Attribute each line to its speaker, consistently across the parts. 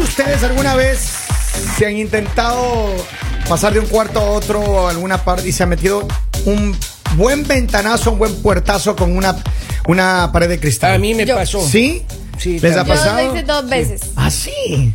Speaker 1: ¿Ustedes alguna vez se han intentado pasar de un cuarto a otro a alguna parte y se ha metido un buen ventanazo, un buen puertazo con una, una pared de cristal?
Speaker 2: A mí me pasó.
Speaker 1: ¿Sí?
Speaker 2: Sí,
Speaker 1: ¿Les ha
Speaker 2: también.
Speaker 1: pasado?
Speaker 3: Yo lo hice dos veces.
Speaker 1: Ah, sí.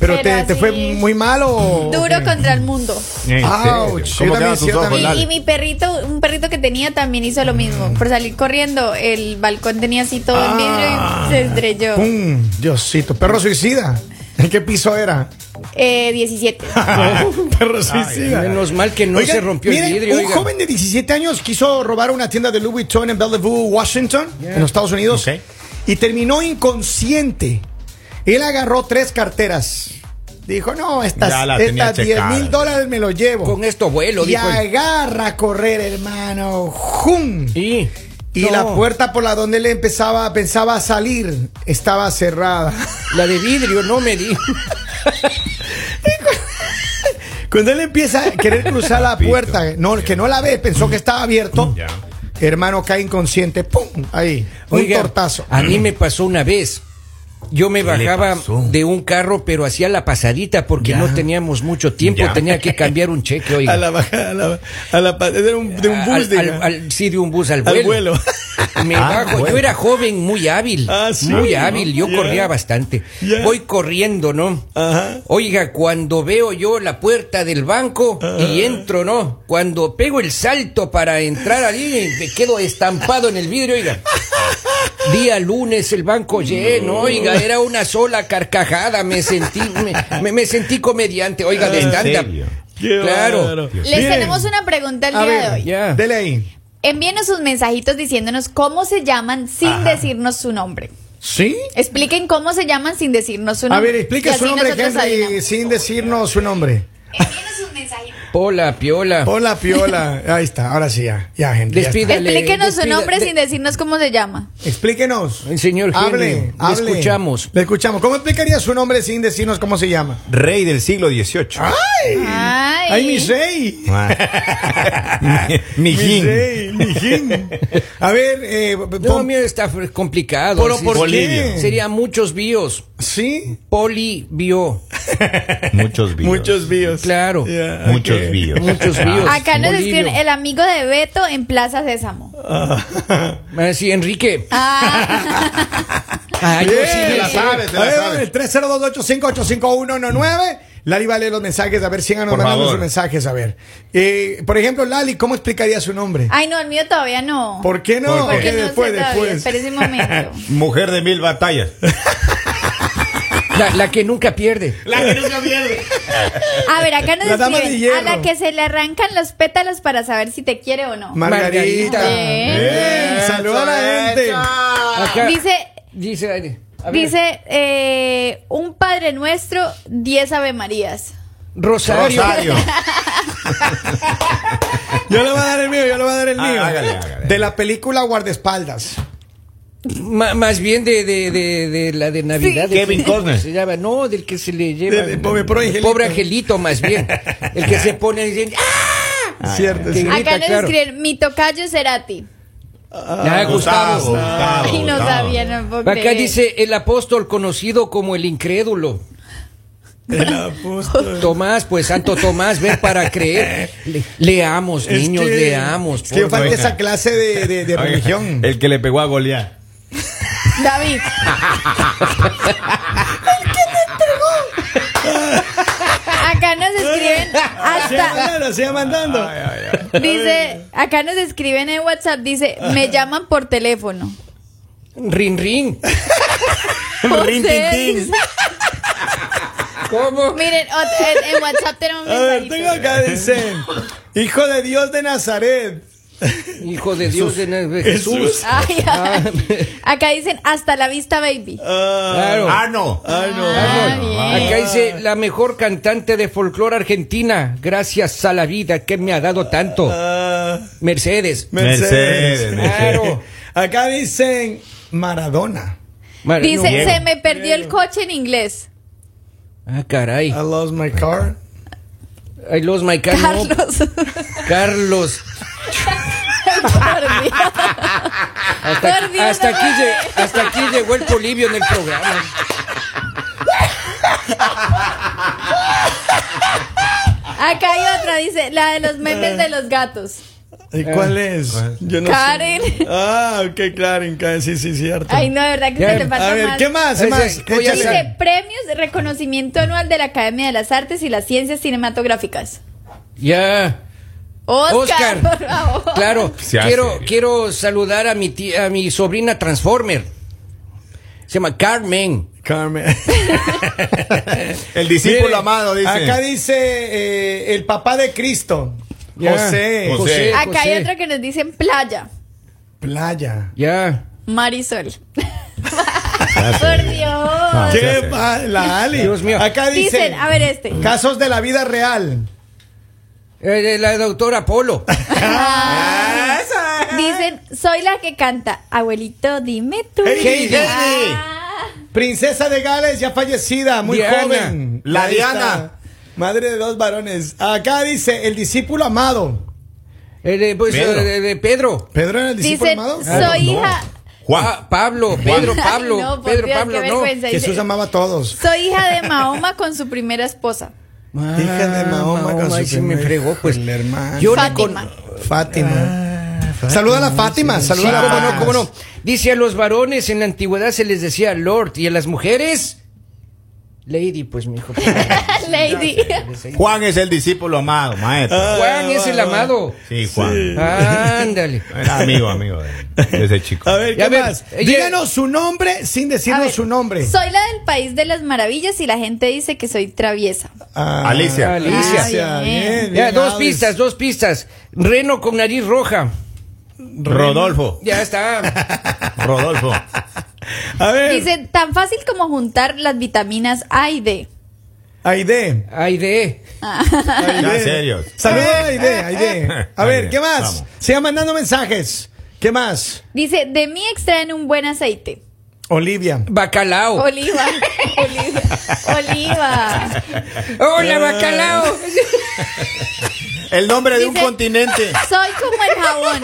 Speaker 1: ¿Pero,
Speaker 3: Pero
Speaker 1: te, te
Speaker 3: así-
Speaker 1: fue muy mal o...?
Speaker 3: Duro contra el mundo.
Speaker 1: Ouch, yo también,
Speaker 4: ¿Cómo quedan
Speaker 1: sí,
Speaker 4: sus
Speaker 1: yo
Speaker 4: ojos?
Speaker 1: también.
Speaker 3: Y,
Speaker 4: dale.
Speaker 3: y mi perrito, un perrito que tenía también hizo lo mismo. Por salir corriendo, el balcón tenía así todo en
Speaker 1: Ah.
Speaker 3: vidrio y se estrelló.
Speaker 1: Mm, Diosito, perro suicida. ¿En qué piso era?
Speaker 3: Eh, 17.
Speaker 1: Ah, perro suicida.
Speaker 2: Ah. Menos mal que no
Speaker 1: Oigan,
Speaker 2: se rompió
Speaker 1: miren,
Speaker 2: el vidrio.
Speaker 1: Un
Speaker 2: oigan.
Speaker 1: joven de 17 años quiso robar una tienda de Louis Vuitton en Bellevue, Washington, en los Estados Unidos,
Speaker 4: Ok.
Speaker 1: y terminó inconsciente. Él agarró tres carteras. Dijo, no,
Speaker 4: Ya
Speaker 1: estas,
Speaker 4: la tenía
Speaker 1: estas 10
Speaker 4: checada.
Speaker 1: mil dólares me lo llevo.
Speaker 2: Con esto vuelo,
Speaker 1: y
Speaker 2: dijo él.
Speaker 1: agarra a correr, hermano. ¡Jum!
Speaker 2: Y,
Speaker 1: Y
Speaker 2: No,
Speaker 1: la puerta por la donde él empezaba, pensaba salir estaba cerrada.
Speaker 2: La de vidrio, no me di.
Speaker 1: Cuando él empieza a querer cruzar la
Speaker 4: Pito.
Speaker 1: puerta, no, que no la ve, pensó que estaba abierto.
Speaker 4: Ya.
Speaker 1: Hermano cae inconsciente, ¡pum! Ahí, un
Speaker 2: Oiga,
Speaker 1: tortazo.
Speaker 2: A mí me pasó una vez. Yo me
Speaker 4: le
Speaker 2: bajaba
Speaker 4: pasó?
Speaker 2: de un carro, pero hacía la pasadita porque no teníamos mucho tiempo.
Speaker 4: Ya.
Speaker 2: Tenía que cambiar un cheque, oiga.
Speaker 1: A la bajada, a la, a la pa- de un, de un bus,
Speaker 2: Al-
Speaker 1: diga.
Speaker 2: al- al- sí, de un bus al vuelo.
Speaker 1: Al vuelo.
Speaker 2: Me
Speaker 4: Ah,
Speaker 2: bajo.
Speaker 4: bueno.
Speaker 2: Yo era joven, muy hábil.
Speaker 1: Ah, sí,
Speaker 2: muy
Speaker 1: ¿no?
Speaker 2: hábil. Yo
Speaker 1: Ya.
Speaker 2: corría bastante.
Speaker 1: Ya.
Speaker 2: Voy corriendo, ¿no?
Speaker 1: Ajá.
Speaker 2: Oiga, cuando veo yo la puerta del banco y
Speaker 1: Ah.
Speaker 2: entro, ¿no? Cuando pego el salto para entrar allí, me quedo estampado en el vidrio, oiga. Día lunes el banco lleno, oiga, era una sola carcajada, me sentí, me, me- me sentí comediante, oiga, de
Speaker 4: ¿En
Speaker 2: stand-up.
Speaker 4: serio?
Speaker 1: Ah, Qué
Speaker 2: Claro.
Speaker 1: bárbaro.
Speaker 3: Les
Speaker 1: Miren,
Speaker 3: tenemos una pregunta el
Speaker 1: a
Speaker 3: día
Speaker 1: ver,
Speaker 3: de hoy.
Speaker 2: Ya.
Speaker 1: Dele ahí.
Speaker 3: Envíenos sus mensajitos diciéndonos cómo se llaman sin decirnos su nombre.
Speaker 1: ¿Sí?
Speaker 3: Expliquen cómo se llaman sin decirnos su
Speaker 1: A
Speaker 3: nombre.
Speaker 1: ver,
Speaker 3: Y
Speaker 1: explique
Speaker 3: así
Speaker 1: su nombre,
Speaker 3: nosotros
Speaker 1: Henry,
Speaker 3: adivinamos.
Speaker 1: sin decirnos su nombre.
Speaker 3: Envíenos sus mensajitos.
Speaker 2: Pola, piola.
Speaker 1: Hola, Piola. Ahí está, ahora sí ya. Ya, Henry. ya
Speaker 2: Despide- Dale,
Speaker 3: Explíquenos su
Speaker 2: despida-
Speaker 3: nombre
Speaker 2: de-
Speaker 3: sin decirnos cómo se llama.
Speaker 1: está. Explíquenos.
Speaker 2: El señor Henry,
Speaker 1: Hable,
Speaker 2: le
Speaker 1: hable.
Speaker 2: escuchamos.
Speaker 1: Le escuchamos. ¿Cómo explicaría su nombre sin decirnos cómo se llama?
Speaker 4: Rey del siglo XVIII.
Speaker 1: ¡Ay!
Speaker 3: Ay.
Speaker 1: ¡Ay, mi rey!
Speaker 4: Ah. Mi
Speaker 1: Mi
Speaker 4: jin.
Speaker 1: rey, mi jin. A ver, eh,
Speaker 2: No,
Speaker 1: pon-
Speaker 2: mío está fr- complicado.
Speaker 1: Pero,
Speaker 2: Sí,
Speaker 1: ¿por
Speaker 4: Bolivia.
Speaker 1: qué?
Speaker 2: Sería muchos bios.
Speaker 1: Sí,
Speaker 2: Polibio.
Speaker 4: Muchos videos.
Speaker 1: muchos bios.
Speaker 2: Claro.
Speaker 1: Ya,
Speaker 4: Muchos Ah.
Speaker 1: ok.
Speaker 4: videos.
Speaker 2: Muchos bios.
Speaker 3: Acá nos
Speaker 2: Bolivio.
Speaker 3: escriben el amigo de Beto en Plaza Sésamo.
Speaker 2: Ah, sí, Enrique.
Speaker 3: Ah.
Speaker 2: Ah, yo
Speaker 1: Bien.
Speaker 2: sí Ah, me
Speaker 4: la
Speaker 2: sé.
Speaker 4: sabes, te
Speaker 1: A
Speaker 4: la
Speaker 1: ver,
Speaker 4: sabes.
Speaker 1: el 302-858-5119. Lali va a leer los mensajes, a ver, sigan
Speaker 4: Por
Speaker 1: mandando
Speaker 4: favor.
Speaker 1: sus mensajes, a ver. Eh, por ejemplo, Lali, ¿cómo explicaría su nombre?
Speaker 4: Ah,
Speaker 3: Ay, no, el mío todavía no.
Speaker 1: ¿Por qué no?
Speaker 3: Porque
Speaker 1: Eh,
Speaker 3: no
Speaker 1: después,
Speaker 3: sé todavía.
Speaker 1: después.
Speaker 3: Espérese un momento.
Speaker 4: Mujer de mil batallas.
Speaker 2: La, la que nunca pierde.
Speaker 4: La que nunca pierde.
Speaker 3: A ver, acá nos
Speaker 1: La dama de
Speaker 3: escriben
Speaker 1: hierro.
Speaker 3: a la que se le arrancan los pétalos para saber si te quiere o no.
Speaker 1: Margarita.
Speaker 2: Margarita.
Speaker 3: Bien.
Speaker 1: Bien, Saluda a la gente.
Speaker 2: Acá
Speaker 3: Dice,
Speaker 2: dice, a ver,
Speaker 3: dice eh, un Padre Nuestro, 10 Ave Marías.
Speaker 2: Rosario.
Speaker 4: Rosario.
Speaker 1: Yo le voy a dar el mío, yo le voy a dar el
Speaker 4: Ah,
Speaker 1: mío.
Speaker 4: hágale, hágale.
Speaker 1: De la película Guardaespaldas.
Speaker 2: Ma- más bien de, de, de, de la de Navidad.
Speaker 4: Sí. Kevin
Speaker 2: ¿Cómo
Speaker 4: Costner.
Speaker 2: Se llama, no, del que se le lleva.
Speaker 1: Del pobre- pobre
Speaker 2: el
Speaker 1: angelito.
Speaker 2: pobre angelito, más bien. El que se pone. y dice, ¡Ah!
Speaker 1: Cierto.
Speaker 2: qué
Speaker 1: sí.
Speaker 2: Ahorita,
Speaker 3: Acá nos
Speaker 2: claro.
Speaker 3: escriben mi tocayo Cerati.
Speaker 2: "Ah, Ya, Gustavo.
Speaker 1: Ah,
Speaker 3: Ay, no
Speaker 4: Gustavo.
Speaker 3: sabía, no puedo
Speaker 2: Acá
Speaker 3: creer.
Speaker 2: dice el apóstol conocido como el incrédulo. Tomás, pues Santo Tomás, ven para creer. Le- leamos,
Speaker 1: Es
Speaker 2: niños,
Speaker 1: que-
Speaker 2: leamos.
Speaker 1: Es que
Speaker 2: por
Speaker 1: falta
Speaker 4: favor.
Speaker 1: esa clase de, de- de
Speaker 4: Oiga,
Speaker 1: religión.
Speaker 4: El que le pegó a Goliat.
Speaker 3: David. Acá nos escriben
Speaker 1: Ah,
Speaker 3: hasta
Speaker 1: mandando, siga mandando.
Speaker 3: dice, acá nos escriben en WhatsApp dice, "Me llaman por teléfono."
Speaker 2: Rin rin.
Speaker 4: Rin, tin, tin.
Speaker 3: Ustedes-
Speaker 2: ¿Cómo?
Speaker 3: Miren, ot- en, en WhatsApp tenemos un
Speaker 1: A ver,
Speaker 3: mensajito.
Speaker 1: tengo acá, dice. Hijo de Dios de Nazaret.
Speaker 2: Hijo de Dios de Naz- Jesús.
Speaker 1: Jesús.
Speaker 3: Ay, ay. Acá dicen hasta la vista, baby.
Speaker 2: Claro.
Speaker 4: Ah, no.
Speaker 3: Ah, bien.
Speaker 2: Acá dice la mejor cantante de folclore argentina, gracias a la vida que me ha dado tanto.
Speaker 1: Ah.
Speaker 3: Ah.
Speaker 2: Mercedes.
Speaker 4: Mercedes.
Speaker 2: Claro.
Speaker 1: Acá dicen Maradona.
Speaker 2: Mar-
Speaker 3: Dice,
Speaker 4: Diego.
Speaker 3: "Se me perdió el coche en inglés."
Speaker 2: no. Ah, caray.
Speaker 1: I lost my car.
Speaker 2: I lost my car. Ah, no.
Speaker 3: Carlos.
Speaker 2: Carlos.
Speaker 3: Por Dios.
Speaker 2: Hasta,
Speaker 3: Por Dios,
Speaker 2: hasta
Speaker 3: no
Speaker 2: aquí,
Speaker 3: puede
Speaker 2: lle- hasta aquí llegó el polivio en el programa.
Speaker 3: Acá hay otra, dice, la de los memes de los gatos.
Speaker 1: ¿Y cuál es? Yo no sé.
Speaker 3: Eh. Karen.
Speaker 1: Ah, ok, Karen, Karen, sí, sí, cierto.
Speaker 3: Ay, no, de verdad que
Speaker 2: Ya,
Speaker 3: se te falta
Speaker 1: A ver,
Speaker 3: más.
Speaker 1: ¿qué más?
Speaker 2: Ese-
Speaker 1: ¿Qué más?
Speaker 2: voy a
Speaker 1: Échale.
Speaker 3: Dice, premios de reconocimiento anual de la Academia de las Artes y las Ciencias Cinematográficas.
Speaker 2: Ya.
Speaker 3: Oscar,
Speaker 2: Oscar.
Speaker 3: por favor.
Speaker 2: Claro,
Speaker 4: Se hace.
Speaker 2: quiero, quiero saludar a mi, tía- a mi sobrina Transformer. Se llama Carmen.
Speaker 1: Carmen.
Speaker 4: El discípulo
Speaker 1: Miren,
Speaker 4: amado dice.
Speaker 1: Acá dice eh, el papá de Cristo.
Speaker 2: Ya.
Speaker 1: José.
Speaker 4: José.
Speaker 3: Acá hay
Speaker 2: José.
Speaker 3: otra que nos dicen playa.
Speaker 1: Playa.
Speaker 2: Ya.
Speaker 3: Marisol. por Dios.
Speaker 4: Ah,
Speaker 1: ¿Qué
Speaker 4: gracias.
Speaker 1: mal, la Ali?
Speaker 2: Dios mío.
Speaker 1: Acá dice.
Speaker 3: Dicen, a ver este.
Speaker 1: Casos de la vida real.
Speaker 2: Eh, la doctora Polo.
Speaker 3: Ah. Dicen, soy la que canta. Abuelito, dime tú.
Speaker 1: Hey, Jenny.
Speaker 3: Ah,
Speaker 1: Princesa de Gales, ya fallecida, muy
Speaker 2: Diana.
Speaker 1: joven.
Speaker 4: La
Speaker 1: Ahí
Speaker 4: Diana.
Speaker 1: está. Madre de dos varones. Acá dice el discípulo amado.
Speaker 2: Eh, de- pues,
Speaker 4: Pedro.
Speaker 2: eh, de- de Pedro.
Speaker 1: ¿Pedro era el discípulo
Speaker 3: Dicen,
Speaker 1: amado?
Speaker 3: soy
Speaker 4: No.
Speaker 3: hija.
Speaker 4: Juan.
Speaker 2: Pa- Pablo, Pedro,
Speaker 3: Ay,
Speaker 2: Pablo,
Speaker 3: no, por
Speaker 2: Pedro,
Speaker 3: Dios,
Speaker 2: Pablo,
Speaker 3: qué
Speaker 2: no.
Speaker 3: vergüenza.
Speaker 1: Jesús
Speaker 3: Dice,
Speaker 1: amaba a todos.
Speaker 3: Soy hija de Mahoma con su primera esposa.
Speaker 2: Ah,
Speaker 1: Hija de Mahoma con su
Speaker 2: ahí sí me
Speaker 1: primer-
Speaker 2: fregó, pues.
Speaker 1: el hermano.
Speaker 2: Yo le con-
Speaker 3: Fátima.
Speaker 1: Fátima. Saluda a la Fátima.
Speaker 2: Ah, Sí,
Speaker 1: Saluda a la
Speaker 2: cómo no,
Speaker 1: Fátima.
Speaker 2: cómo no. Dice a los varones en la antigüedad se les decía Lord y a las mujeres Lady, pues mi hijo.
Speaker 3: Lady.
Speaker 4: Juan es el discípulo amado, maestro.
Speaker 1: Ah.
Speaker 2: Juan es el amado.
Speaker 4: Sí, Juan.
Speaker 2: Ándale.
Speaker 4: Era amigo, amigo de, de ese chico.
Speaker 1: A ver,
Speaker 2: Ya
Speaker 1: ¿qué
Speaker 2: ven,
Speaker 1: más?
Speaker 2: eh,
Speaker 1: Díganos su nombre sin
Speaker 3: A
Speaker 1: decirnos
Speaker 3: ver,
Speaker 1: su nombre.
Speaker 3: Soy la del país de las maravillas y la gente dice que soy traviesa.
Speaker 1: Ah,
Speaker 4: Alicia.
Speaker 2: Alicia.
Speaker 1: Alicia,
Speaker 3: Ah,
Speaker 1: bien,
Speaker 3: bien.
Speaker 1: bien,
Speaker 2: Ya, dos
Speaker 1: Alex.
Speaker 2: pistas, dos pistas. Reno con nariz roja.
Speaker 4: Rodolfo.
Speaker 2: Ya está.
Speaker 4: Rodolfo.
Speaker 1: A
Speaker 2: Eh.
Speaker 1: ver,
Speaker 3: Dicen, tan fácil como juntar las vitaminas A y D.
Speaker 1: Aide.
Speaker 2: Aide.
Speaker 4: Ya, serios.
Speaker 1: Saludos a Aide, Aide. A ver,
Speaker 4: Aide,
Speaker 1: ¿qué más?
Speaker 4: vamos.
Speaker 1: Sigan mandando mensajes. ¿Qué más?
Speaker 3: Dice, de mí extraen un buen aceite.
Speaker 1: Olivia.
Speaker 2: Bacalao.
Speaker 3: Oliva. Oliva. Oliva.
Speaker 2: Hola, bacalao.
Speaker 4: El nombre de un
Speaker 3: Dice-
Speaker 4: continente.
Speaker 3: Soy como el jabón.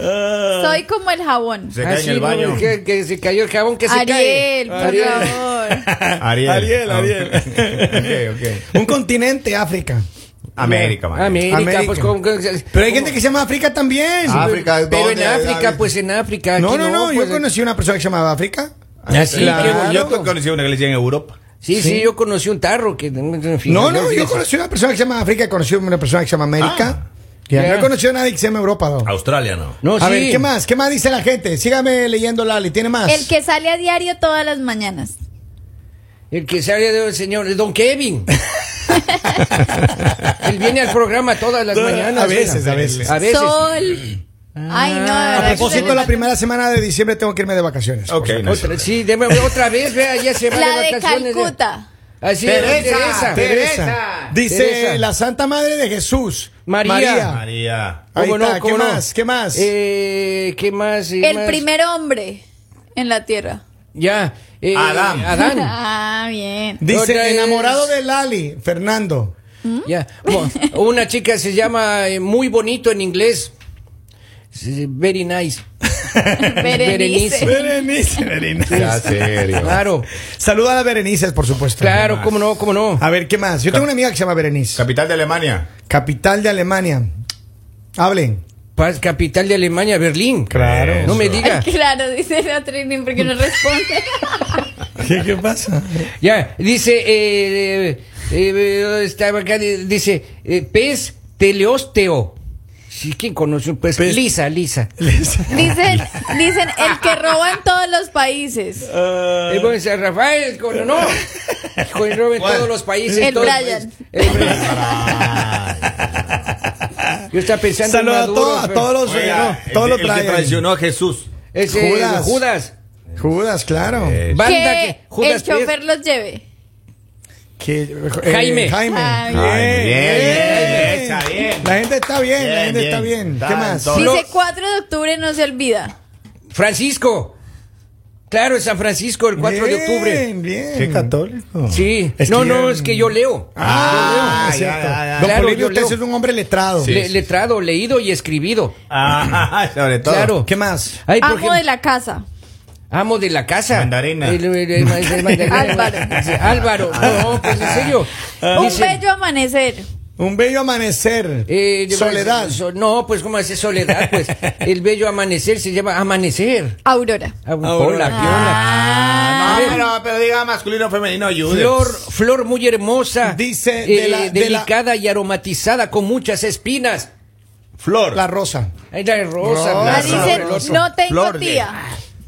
Speaker 2: Ah.
Speaker 3: Soy como el jabón.
Speaker 4: Se cae en
Speaker 2: Así,
Speaker 4: el
Speaker 2: Ah, ¿no?
Speaker 4: baño.
Speaker 2: Que, que se cayó el jabón, que se cae.
Speaker 3: Ariel, por favor.
Speaker 4: Ariel. Ah,
Speaker 1: Ariel, Ariel.
Speaker 4: ok, ok.
Speaker 1: Un continente, África.
Speaker 4: América, man.
Speaker 2: América,
Speaker 1: América.
Speaker 2: pues como- como-
Speaker 1: Pero hay gente que se llama África también.
Speaker 4: Ah, África,
Speaker 2: Pero en
Speaker 4: ¿dónde?
Speaker 2: África, pues en África. aquí
Speaker 1: no, no, no. Yo
Speaker 2: pues,
Speaker 1: conocí una persona que se llamaba África.
Speaker 2: Ah, sí,
Speaker 1: Claro.
Speaker 2: qué
Speaker 4: Yo
Speaker 2: bonito.
Speaker 4: conocí una iglesia en Europa.
Speaker 2: Sí, sí, yo conocí un tarro que
Speaker 1: No, no, yo conocí una persona que se llama África, conocí una persona que se llama América.
Speaker 2: Ah, Ya.
Speaker 1: No he conocido a nadie que se llame Europa, no.
Speaker 4: Australia, no.
Speaker 2: No,
Speaker 1: a
Speaker 2: sí.
Speaker 1: ver, ¿qué más? ¿Qué más dice la gente? Sígame leyendo, Lali. ¿Tiene más?
Speaker 3: El que sale a diario todas las mañanas.
Speaker 2: El que sale del señor, el Don Kevin. Él viene al programa todas las
Speaker 1: A
Speaker 2: mañanas.
Speaker 1: veces,
Speaker 2: oiga.
Speaker 1: a veces.
Speaker 2: A veces.
Speaker 3: Sol. Ay, no, de
Speaker 2: Ah,
Speaker 1: A
Speaker 3: verdad.
Speaker 1: propósito, la primera semana de diciembre tengo que irme de vacaciones.
Speaker 4: Ok, no sé.
Speaker 2: Otra, sí, de- otra vez, vea, ya se va
Speaker 3: La
Speaker 2: de
Speaker 3: de
Speaker 2: vacaciones. ya.
Speaker 3: Calcuta.
Speaker 2: Así es,
Speaker 1: Teresa,
Speaker 2: Teresa.
Speaker 1: Teresa. Dice
Speaker 2: Teresa.
Speaker 1: la Santa Madre de Jesús.
Speaker 2: María.
Speaker 4: María.
Speaker 1: Ahí
Speaker 2: ¿Cómo no,
Speaker 1: está. ¿Qué
Speaker 2: cómo no?
Speaker 1: más? ¿Qué más?
Speaker 2: Eh, ¿Qué más? ¿Qué
Speaker 3: El
Speaker 2: más?
Speaker 3: primer hombre en la tierra.
Speaker 2: Ya. eh,
Speaker 4: Adán.
Speaker 2: Adán.
Speaker 3: Ah, bien.
Speaker 2: otra
Speaker 1: dice
Speaker 2: es-
Speaker 1: enamorado de Lali, Fernando.
Speaker 2: Ya. Bueno, Una chica se llama eh, muy bonito en inglés. Sí, Very nice.
Speaker 3: Berenice.
Speaker 1: Berenice, Berenice.
Speaker 4: Ya, serio.
Speaker 2: Claro,
Speaker 1: Saluda a las Berenices, por supuesto.
Speaker 2: claro, cómo no, cómo no.
Speaker 1: A ver, ¿qué más? Yo tengo una amiga que se llama Berenice.
Speaker 4: Capital de Alemania.
Speaker 1: Capital de Alemania. Hablen.
Speaker 2: Paz, capital de Alemania, Berlín.
Speaker 1: Claro.
Speaker 2: No me
Speaker 4: Eso.
Speaker 2: diga.
Speaker 3: Claro, dice la Trini porque no responde.
Speaker 1: ¿Qué, pasa?
Speaker 2: Ya, dice, eh, eh, eh, estaba acá, di- dice, eh, pez teleósteo. Sí, ¿quién conoce un pez? Lisa, Lisa.
Speaker 3: Dicen, dicen el que roba en todos los países.
Speaker 2: Eh, bueno, dice, Rafael, ¿cómo no? Hijo de Robert,
Speaker 4: ¿Cuál?
Speaker 2: todos los países.
Speaker 3: El
Speaker 2: todos-
Speaker 3: Brian.
Speaker 2: el Brian.
Speaker 4: Ay,
Speaker 2: Yo estaba pensando en
Speaker 1: Saluda a,
Speaker 2: Maduro,
Speaker 1: todo- a
Speaker 2: pero-
Speaker 1: todos los.
Speaker 4: oiga,
Speaker 1: no, todos
Speaker 4: el-
Speaker 1: los
Speaker 4: el que
Speaker 1: traen.
Speaker 4: traicionó a Jesús.
Speaker 2: Ese, eh,
Speaker 1: Judas.
Speaker 2: Judas.
Speaker 1: Judas, claro.
Speaker 4: Eh,
Speaker 2: Banda que,
Speaker 3: que el
Speaker 2: Judas Priest.
Speaker 3: chofer los lleve.
Speaker 1: Que- eh,
Speaker 2: Jaime.
Speaker 1: Jaime.
Speaker 3: Ay,
Speaker 4: Ay, bien,
Speaker 1: Bien.
Speaker 4: bien, está bien.
Speaker 1: La gente está bien, la
Speaker 4: Bien,
Speaker 1: gente está
Speaker 4: bien.
Speaker 1: bien. ¿Qué
Speaker 4: Está
Speaker 1: más?
Speaker 4: todo.
Speaker 3: Dice 4 de octubre no se olvida.
Speaker 2: Francisco. Claro, es San Francisco, el 4 de octubre.
Speaker 1: Bien, bien.
Speaker 4: Qué católico.
Speaker 2: Sí.
Speaker 1: Es
Speaker 2: no,
Speaker 1: que
Speaker 2: no,
Speaker 1: ya-
Speaker 2: es que yo leo.
Speaker 1: Ah,
Speaker 4: Ah,
Speaker 1: es
Speaker 4: ya,
Speaker 1: cierto.
Speaker 4: ya, ya.
Speaker 1: Don
Speaker 2: Claro,
Speaker 1: Polibio,
Speaker 2: yo
Speaker 1: usted
Speaker 2: leo.
Speaker 1: es un hombre letrado.
Speaker 4: Sí.
Speaker 2: Le- letrado, leído y escribido.
Speaker 4: Ah, sobre todo.
Speaker 2: Claro.
Speaker 1: ¿Qué más?
Speaker 2: Ay, por
Speaker 3: Amo
Speaker 2: ejemplo,
Speaker 3: de la casa.
Speaker 2: amo de la casa.
Speaker 4: Mandarina.
Speaker 2: El- el- el- el- el- el-
Speaker 3: Álvaro.
Speaker 2: Dice, Álvaro. No, pues en serio.
Speaker 3: Un
Speaker 2: Dice,
Speaker 3: bello amanecer.
Speaker 1: Un bello amanecer.
Speaker 2: Eh, yo-
Speaker 1: Soledad.
Speaker 2: so- no, pues como hace soledad, pues el bello amanecer se llama amanecer.
Speaker 3: Aurora.
Speaker 2: Ah,
Speaker 4: Aurora.
Speaker 2: Hola, ¿qué onda?
Speaker 4: Ah,
Speaker 2: A ver.
Speaker 4: pero, pero diga masculino, femenino, ayude.
Speaker 2: Flor, flor muy hermosa,
Speaker 1: Dice de la- de
Speaker 2: delicada y aromatizada con muchas espinas.
Speaker 4: Flor.
Speaker 1: La rosa.
Speaker 2: Ahí la rosa,
Speaker 1: Rosa.
Speaker 3: Ah,
Speaker 2: blanca,
Speaker 1: Flor,
Speaker 3: dice,
Speaker 2: el otro.
Speaker 3: no tengo
Speaker 4: Flor de-
Speaker 3: tía.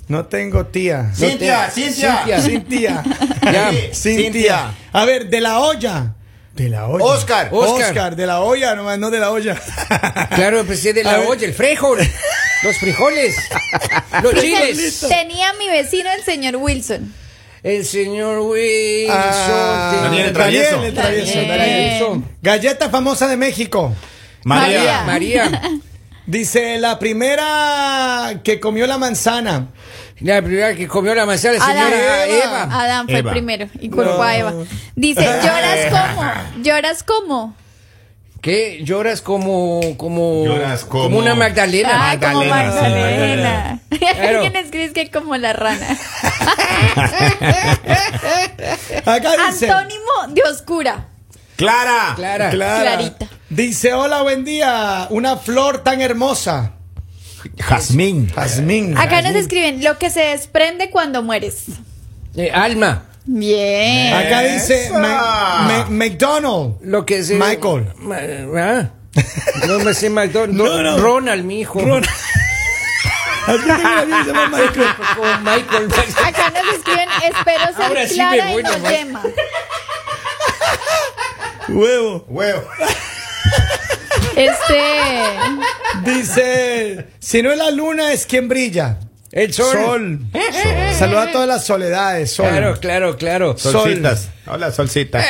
Speaker 1: No tengo tía.
Speaker 4: Cintia, Cintia.
Speaker 2: Cintia.
Speaker 1: Cintia.
Speaker 2: Ya.
Speaker 1: Cintia. A ver, de la olla. De la olla.
Speaker 4: Oscar.
Speaker 1: Oscar.
Speaker 2: Oscar,
Speaker 1: de la olla, nomás no de la olla.
Speaker 2: Claro, pues es de
Speaker 1: A
Speaker 2: la
Speaker 1: ver.
Speaker 2: olla, el frejol, los frijoles, los chiles.
Speaker 3: Dice, tenía mi vecino el señor Wilson.
Speaker 2: El señor Wilson.
Speaker 1: Ah,
Speaker 2: te-
Speaker 4: Daniel
Speaker 1: Daniel,
Speaker 4: el Travieso.
Speaker 1: el travieso,
Speaker 3: Daniel.
Speaker 1: Daniel. Galleta famosa de México.
Speaker 4: María.
Speaker 2: María,
Speaker 1: Dice la primera que comió la manzana.
Speaker 2: la primera que comió la manzana, la
Speaker 3: Adán,
Speaker 2: señora Eva.
Speaker 3: Adán fue
Speaker 4: Eva.
Speaker 3: el primero y culpó a Eva. Dice, lloras como, lloras como.
Speaker 2: ¿Qué? Lloras como, como,
Speaker 4: Lloras como-
Speaker 2: una Magdalena.
Speaker 3: Ah, como
Speaker 4: Magdalena, sí,
Speaker 3: Magdalena.
Speaker 2: Claro.
Speaker 3: ¿Quién escribe que como la rana?
Speaker 1: Acá dice.
Speaker 3: Antónimo de oscura.
Speaker 4: Clara.
Speaker 2: Clara.
Speaker 3: Clarita.
Speaker 1: Ah, Dice, hola, buen día. Una flor tan hermosa.
Speaker 4: Jazmín.
Speaker 1: Jazmín.
Speaker 3: Acá nos escriben lo que se desprende cuando mueres.
Speaker 2: Eh, alma.
Speaker 3: Bien.
Speaker 1: Acá dice
Speaker 4: Esa.
Speaker 1: Ma- Ma- McDonald.
Speaker 2: Lo que se.
Speaker 1: Michael.
Speaker 2: Ma- ah. No me sé McDonald's.
Speaker 1: No, no.
Speaker 2: Ronald, mi hijo.
Speaker 1: Es que tengo un amigo que se llama Michael.
Speaker 2: Como Michael.
Speaker 3: Acá nos escriben espero ser
Speaker 2: Ahora sí
Speaker 3: clara
Speaker 2: me voy
Speaker 3: y no
Speaker 2: nomás.
Speaker 3: yema.
Speaker 1: Huevo.
Speaker 4: Huevo.
Speaker 3: Este.
Speaker 1: Dice, si no es la luna, es quien brilla.
Speaker 2: El sol.
Speaker 1: Saluda a todas las soledades, sol.
Speaker 2: Claro, claro, claro.
Speaker 1: Sol.
Speaker 4: Solcitas. Eh, Hola, solcitas.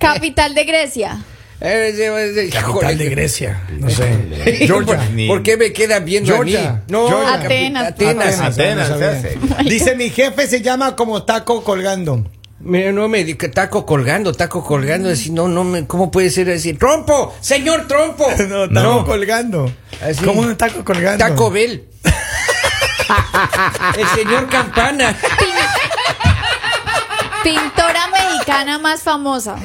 Speaker 3: Capital de Grecia.
Speaker 2: Eh, eh, eh,
Speaker 1: Capital de
Speaker 2: híjole.
Speaker 1: Grecia. No sé.
Speaker 2: ¿Por,
Speaker 1: Georgia.
Speaker 2: por qué me quedan viendo a mí?
Speaker 1: Georgia.
Speaker 2: No,
Speaker 1: Georgia.
Speaker 2: capi-
Speaker 3: Atenas.
Speaker 1: Atenas.
Speaker 2: Atenas.
Speaker 4: Atenas,
Speaker 1: no sabía.
Speaker 4: se hace.
Speaker 1: Dice, mi jefe se llama como taco colgando.
Speaker 2: Mira, no me diga taco colgando, taco colgando, decir, no, no me, ¿cómo puede ser así? ¡Trompo! ¡Señor Trompo!
Speaker 1: No, taco colgando.
Speaker 2: Así.
Speaker 1: ¿Cómo un taco colgando?
Speaker 2: Taco Bell. El señor Campana.
Speaker 3: Pintora mexicana más famosa.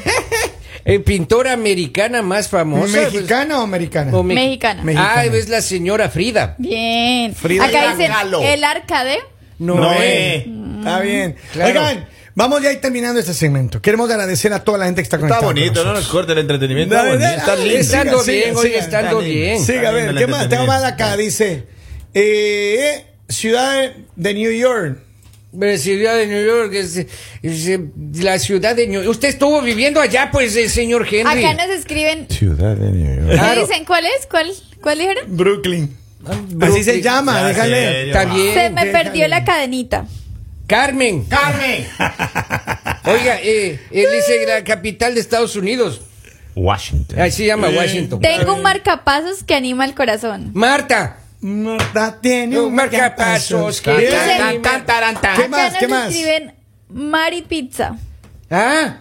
Speaker 2: El pintor Eh, americana más famosa. pues,
Speaker 1: ¿Mexicana o americana?
Speaker 2: o me-
Speaker 3: Mexicana.
Speaker 2: Ah,
Speaker 1: Mexicana.
Speaker 2: es la señora Frida.
Speaker 3: Bien.
Speaker 1: Frida
Speaker 3: Acá dicen
Speaker 4: Kahlo.
Speaker 3: el arca de.
Speaker 1: eh.
Speaker 2: eh.
Speaker 4: Noé.
Speaker 1: Está bien.
Speaker 2: Claro.
Speaker 1: Oigan, vamos ya ir terminando este segmento. Queremos agradecer a toda la gente que está
Speaker 4: Está
Speaker 1: conectada. con
Speaker 4: bonito, no
Speaker 1: nosotros.
Speaker 4: nos corte el entretenimiento.
Speaker 1: No,
Speaker 4: Está bonito,
Speaker 1: no,
Speaker 4: está
Speaker 1: no, siga,
Speaker 4: lindo.
Speaker 2: Estando
Speaker 1: siga,
Speaker 2: bien, hoy
Speaker 1: siga.
Speaker 2: estando
Speaker 4: Está lindo.
Speaker 2: bien.
Speaker 1: Sí, a ver, ¿qué más? Tengo más acá, dice. eh, ciudad de New York.
Speaker 2: Eh, Ciudad de New York, es, es, eh, la ciudad de New York. Usted estuvo viviendo allá, pues, eh, señor Henry.
Speaker 3: Acá nos escriben.
Speaker 4: Ciudad de New York.
Speaker 3: ¿Me
Speaker 2: Claro.
Speaker 3: dicen cuál es? ¿Cuál, cuál dijeron?
Speaker 1: Brooklyn.
Speaker 2: Ah,
Speaker 1: Así
Speaker 2: Brooklyn.
Speaker 1: se llama,
Speaker 4: Ya,
Speaker 1: déjale.
Speaker 4: serio.
Speaker 2: Está bien.
Speaker 3: Se me
Speaker 1: déjale.
Speaker 3: perdió la cadenita.
Speaker 2: Carmen.
Speaker 4: Carmen.
Speaker 2: Oiga, eh, él dice la capital de Estados Unidos.
Speaker 4: Washington.
Speaker 2: Así se llama Washington.
Speaker 3: Tengo un marcapasos que anima el corazón.
Speaker 2: Marta.
Speaker 1: Marta tiene
Speaker 2: Un
Speaker 1: un
Speaker 2: marcapasos
Speaker 1: marcapasos.
Speaker 2: que-
Speaker 1: Bien.
Speaker 3: Dice-
Speaker 2: Tan, tan, taran, tan.
Speaker 1: ¿Qué
Speaker 3: Acá
Speaker 1: más?
Speaker 3: nos
Speaker 1: ¿Qué más?
Speaker 3: escriben Mari Pizza.
Speaker 2: Ah, Mari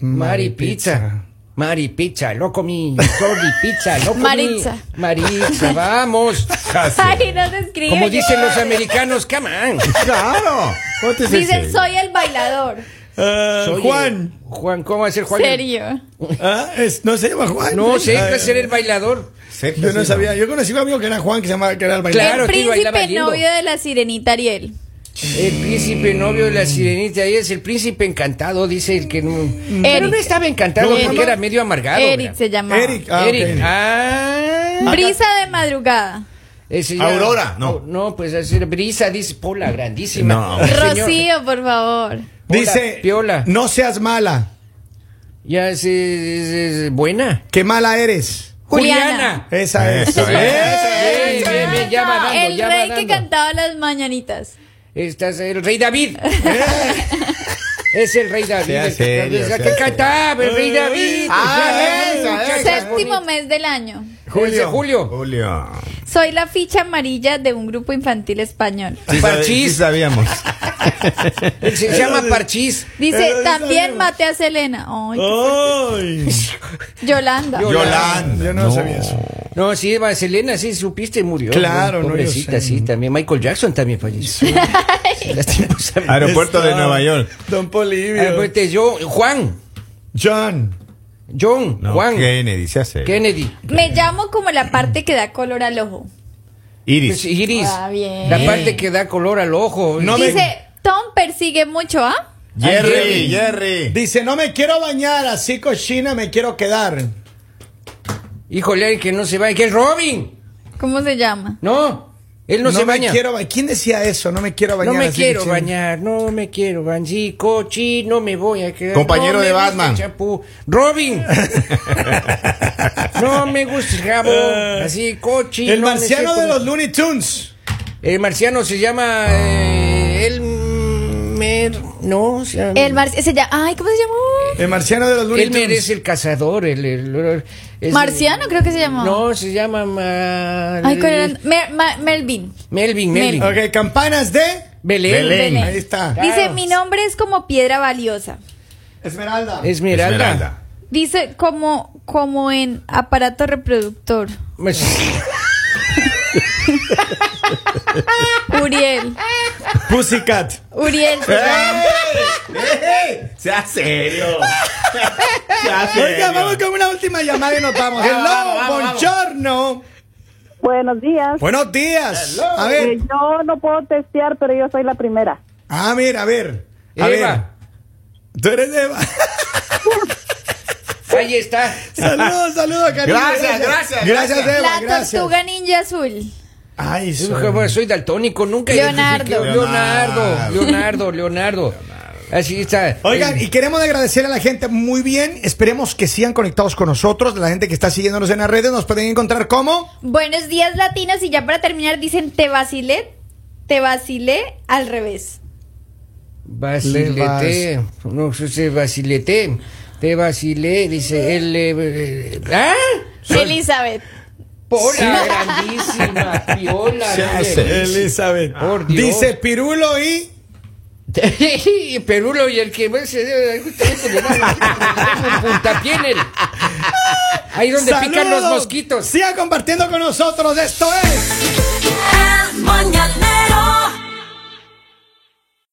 Speaker 1: Mari
Speaker 2: Pizza.
Speaker 1: Pizza.
Speaker 2: Mari Pizza, loco mi. Sorry, pizza, loco mi.
Speaker 3: Maritza.
Speaker 2: Maritza, vamos.
Speaker 3: Ahí nos escriben.
Speaker 2: Como dicen los americanos, come on.
Speaker 4: Claro.
Speaker 3: Dicen, soy el bailador.
Speaker 1: Eh,
Speaker 2: Soy, eh,
Speaker 1: Juan.
Speaker 2: Juan, ¿cómo va a ser Juan?
Speaker 3: Serio.
Speaker 1: Ah, es- no se llama Juan.
Speaker 2: No sé,
Speaker 1: Ay,
Speaker 2: que ser el bailador.
Speaker 1: Yo no sabía. Yo conocí a un amigo que era Juan, que se llamaba, que era el bailarín.
Speaker 2: Claro,
Speaker 3: el
Speaker 2: que bailaba
Speaker 3: príncipe
Speaker 2: lindo.
Speaker 3: novio de la sirenita Ariel.
Speaker 2: El príncipe novio de la sirenita ahí es el príncipe encantado, dice el que no. Pero no estaba encantado
Speaker 1: ¿Cómo se
Speaker 2: porque
Speaker 1: llama?
Speaker 2: era medio amargado.
Speaker 3: Eric
Speaker 2: mira.
Speaker 3: se llamaba.
Speaker 1: Eric. Ah,
Speaker 2: Eric.
Speaker 1: ok.
Speaker 2: Ah.
Speaker 3: Brisa de madrugada.
Speaker 2: Ese ya-
Speaker 4: Aurora, no.
Speaker 2: No, pues así, Brisa dice Pola, grandísima.
Speaker 4: No.
Speaker 2: El señor-
Speaker 3: Rocío, por favor.
Speaker 1: Dice,
Speaker 2: Hola, piola.
Speaker 1: no seas mala.
Speaker 2: Ya es, es- es buena.
Speaker 1: Qué mala eres.
Speaker 3: Juliana.
Speaker 1: Esa es.
Speaker 4: Eso es.
Speaker 2: Bien,
Speaker 1: ¡Eh!
Speaker 2: bien, bien, ya va dando,
Speaker 3: el
Speaker 2: ya va
Speaker 3: rey que
Speaker 2: dando.
Speaker 3: cantaba las mañanitas.
Speaker 2: Estás el rey David. Eh, es el rey David.
Speaker 4: Sea
Speaker 2: el que-
Speaker 4: serio,
Speaker 2: el
Speaker 4: sea
Speaker 2: que
Speaker 4: serio.
Speaker 2: cantaba, el rey David.
Speaker 4: Ah, esa, esa.
Speaker 3: Séptimo mes del año.
Speaker 2: Julio.
Speaker 1: Julio.
Speaker 2: julio.
Speaker 4: Julio.
Speaker 3: Soy la ficha amarilla de un grupo infantil español.
Speaker 4: Sí, sabe- sí
Speaker 2: Parchís.
Speaker 4: sabíamos.
Speaker 2: Él se llama Parchís.
Speaker 3: Dice,
Speaker 1: Pero
Speaker 3: también
Speaker 1: dice-
Speaker 3: maté a Selena. Ay,
Speaker 1: ¡Ay!
Speaker 3: Yolanda.
Speaker 2: Yo-
Speaker 4: Yolanda.
Speaker 1: Yo no, sabía eso.
Speaker 2: No, sí, Eva Selena, sí, supiste, murió.
Speaker 1: Claro, no,
Speaker 2: Bueno,
Speaker 1: yo
Speaker 2: Pobrecita,
Speaker 1: sé.
Speaker 2: sí, también. Michael Jackson también falleció. Lastimosamente.
Speaker 4: Aeropuerto de
Speaker 1: Está-
Speaker 4: Nueva York.
Speaker 2: pues, este,
Speaker 1: Don Polivio.
Speaker 2: Ah, pues, te- yo, Juan.
Speaker 1: John.
Speaker 2: John,
Speaker 4: No,
Speaker 2: Juan,
Speaker 4: Kennedy se hace.
Speaker 2: Kennedy.
Speaker 3: Me llamo como la parte que da color al ojo.
Speaker 4: Iris.
Speaker 2: Pues, Iris,
Speaker 3: Ah, bien.
Speaker 2: la parte que da color al ojo.
Speaker 1: No me-
Speaker 3: Dice, Tom persigue mucho, ¿ah?
Speaker 4: Jerry, Jerry.
Speaker 1: Dice, no me quiero bañar, así cochina me quiero quedar.
Speaker 2: Híjole, ay, que no se baña. Que es Robin.
Speaker 3: ¿Cómo se llama?
Speaker 2: No, él no,
Speaker 1: no
Speaker 2: se
Speaker 1: me
Speaker 2: baña.
Speaker 1: quiero bañar. ¿Quién decía eso? No me quiero bañar.
Speaker 2: no me
Speaker 1: así
Speaker 2: quiero
Speaker 1: cochina.
Speaker 2: bañar, no me quiero bañar. Sí, cochi, no me voy a quedar.
Speaker 4: Compañero
Speaker 2: No me
Speaker 4: de
Speaker 2: gusta
Speaker 4: Batman.
Speaker 2: el Chapú. Robin. no me gusta el jabón. Así, cochi.
Speaker 1: Eh, El
Speaker 2: no me
Speaker 1: marciano
Speaker 2: sé
Speaker 1: de
Speaker 2: cómo-
Speaker 1: los Looney Tunes.
Speaker 2: El marciano se llama. eh, el. Mer. No, o sea,
Speaker 3: El mar... se llama... Ay, ¿cómo se llamó?
Speaker 1: El marciano de los Looney
Speaker 2: Él
Speaker 1: Tunes.
Speaker 2: merece el cazador. El, el- el- es-
Speaker 3: Marciano creo que se llamaba.
Speaker 2: No, se llama. ma-
Speaker 3: Ay, ¿cuál era? Mer- Ma- Melvin.
Speaker 2: Melvin, Melvin.
Speaker 3: Mel-
Speaker 1: Ok, campanas de.
Speaker 2: Belén.
Speaker 4: Belén.
Speaker 1: Ahí está.
Speaker 2: Claro.
Speaker 3: Dice, mi nombre es como piedra valiosa.
Speaker 1: Esmeralda.
Speaker 2: Esmeralda.
Speaker 4: Esmeralda.
Speaker 3: Dice, como, como en aparato reproductor.
Speaker 2: Pues,
Speaker 3: Uriel.
Speaker 1: Pussycat.
Speaker 3: Uriel.
Speaker 1: Eh,
Speaker 3: se llama.
Speaker 4: Sea serio. Sea serio.
Speaker 1: Oiga, vamos con una última llamada y nos vamos. Hello,
Speaker 4: vamos, vamos, vamos.
Speaker 1: buongiorno.
Speaker 5: Buenos días.
Speaker 1: Buenos días. A
Speaker 5: Eh,
Speaker 1: ver.
Speaker 5: yo no puedo testear, pero yo soy la primera.
Speaker 1: Ah, mira, a ver. A
Speaker 2: Eva.
Speaker 1: ver. Tú eres Eva.
Speaker 2: Ahí está.
Speaker 1: saludos, saludos, cariño.
Speaker 4: Gracias, gracias,
Speaker 1: Gracias,
Speaker 4: gracias.
Speaker 1: Eva.
Speaker 3: La
Speaker 1: gracias.
Speaker 3: tortuga ninja azul.
Speaker 1: Ay,
Speaker 2: Yo,
Speaker 1: soy-
Speaker 2: bueno, soy daltónico, nunca
Speaker 3: Leonardo.
Speaker 2: identifiqué- Leonardo, Leonardo, Leonardo. Así está.
Speaker 1: Oigan,
Speaker 2: Eh,
Speaker 1: y queremos agradecer a la gente muy bien. Esperemos que sigan conectados con nosotros. La gente que está siguiéndonos en las redes nos pueden encontrar como.
Speaker 3: Buenos días, latinos. Y ya para terminar, dicen, te vacilé, te vacilé al revés.
Speaker 2: Basilete. No, yo sé, Basilete. Te vacilé, dice él. eh, eh, ¿Ah?
Speaker 3: Elizabeth.
Speaker 2: Pola, grandísima, piola.
Speaker 4: Se hace.
Speaker 1: Elizabeth.
Speaker 2: Por Dios.
Speaker 1: Dice Pirulo y.
Speaker 2: Y Perulo y el que más se debe puntapié en él. Ahí donde pican los
Speaker 1: ¡Saludos!
Speaker 2: mosquitos.
Speaker 1: Sigan compartiendo con nosotros. Esto es.
Speaker 6: El mañanero